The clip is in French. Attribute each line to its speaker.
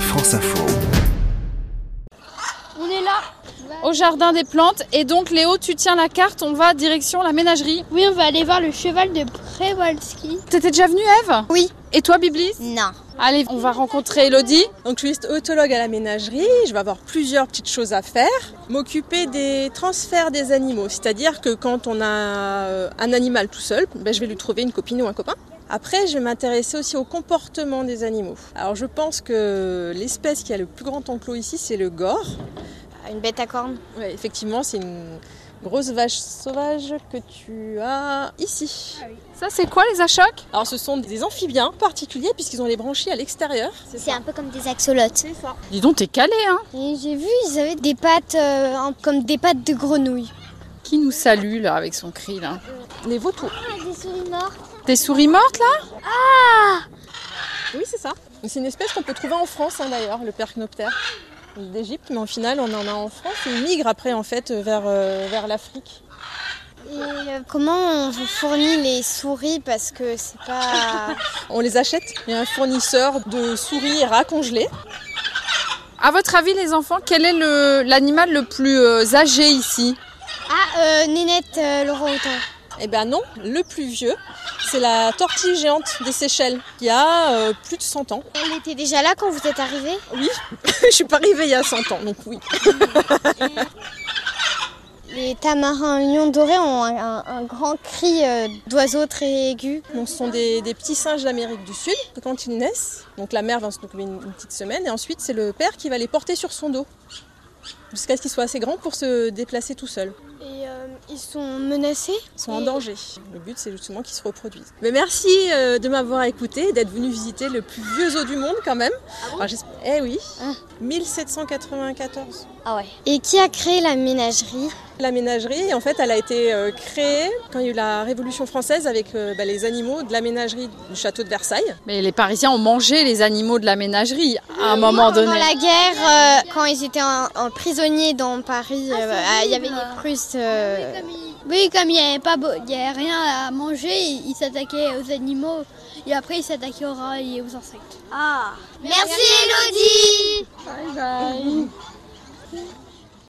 Speaker 1: Force Info.
Speaker 2: On est là, au jardin des plantes. Et donc, Léo, tu tiens la carte, on va direction la ménagerie.
Speaker 3: Oui, on va aller voir le cheval de Przewalski.
Speaker 2: T'étais déjà venue, Eve
Speaker 4: Oui.
Speaker 2: Et toi, Biblis
Speaker 4: Non.
Speaker 2: Allez, on va rencontrer Elodie.
Speaker 5: Donc je suis autologue à la ménagerie, je vais avoir plusieurs petites choses à faire. M'occuper des transferts des animaux, c'est-à-dire que quand on a euh, un animal tout seul, ben, je vais lui trouver une copine ou un copain. Après, je vais m'intéresser aussi au comportement des animaux. Alors je pense que l'espèce qui a le plus grand enclos ici, c'est le gore.
Speaker 4: Une bête à cornes
Speaker 5: Ouais, effectivement, c'est une grosse vache sauvage que tu as ici.
Speaker 2: Ça, c'est quoi les achocs
Speaker 5: Alors ce sont des amphibiens particuliers puisqu'ils ont les branchies à l'extérieur.
Speaker 4: C'est un peu comme des axolotes.
Speaker 2: Dis donc, t'es calé, hein
Speaker 4: Et j'ai vu, ils avaient des pattes euh, en- comme des pattes de grenouille.
Speaker 2: Qui nous salue, là, avec son cri, là
Speaker 5: Les vautours.
Speaker 4: des souris mortes.
Speaker 2: T'es souris morte, là
Speaker 5: Oui, c'est ça. C'est une espèce qu'on peut trouver en France hein, d'ailleurs, le percnoptère d'Égypte, mais en final on en a en France et ils migrent après en fait vers, euh, vers l'Afrique.
Speaker 4: Et euh, comment on vous fournit les souris parce que c'est pas.
Speaker 5: On les achète, il y a un fournisseur de souris et rats congelés.
Speaker 2: À votre avis, les enfants, quel est le- l'animal le, plus euh, âgé ici
Speaker 4: ah, euh, Nénette, euh, l'orang-outan.
Speaker 5: Eh ben non, le plus vieux, c'est la tortille géante des Seychelles qui a euh, plus de 100 ans.
Speaker 4: Elle était déjà là quand vous êtes arrivés
Speaker 5: Oui, je suis pas arrivée il y a 100 ans, donc oui.
Speaker 4: Les tamarins lions dorés ont un, un- un grand cri euh, d'oiseau très aigu.
Speaker 5: Donc ce sont des, des petits singes d'Amérique du Sud. Quand ils naissent, donc la mère va s'en occuper une, une petite semaine et ensuite c'est le père qui va les porter sur son dos jusqu'à ce qu'ils soient assez grands pour se déplacer tout seuls.
Speaker 4: Et euh, ils sont menacés
Speaker 5: Ils sont en danger. Le but c'est justement qu'ils se reproduisent. Mais merci euh, de m'avoir écouté, d'être venu visiter le plus vieux zoo du monde quand même. Alors, j'esp- eh oui,
Speaker 4: Ah.
Speaker 5: 1794.
Speaker 4: Ah ouais. Et qui a créé la ménagerie
Speaker 5: La ménagerie, en fait, elle a été euh, créée quand il y a eu la Révolution française avec euh, bah, les animaux de la ménagerie du château de Versailles.
Speaker 2: Mais les Parisiens ont mangé les animaux de la ménagerie à un moment
Speaker 4: Pendant
Speaker 2: donné.
Speaker 4: la guerre, euh, quand ils étaient en, en prisonniers dans Paris, euh, ah, il y avait les Prusses. euh,
Speaker 3: Oui, comme il n'y avait pas beau- il y avait rien à manger, ils ils s'attaquaient aux animaux et après ils s'attaquaient aux rats et aux insectes.
Speaker 4: Merci Elodie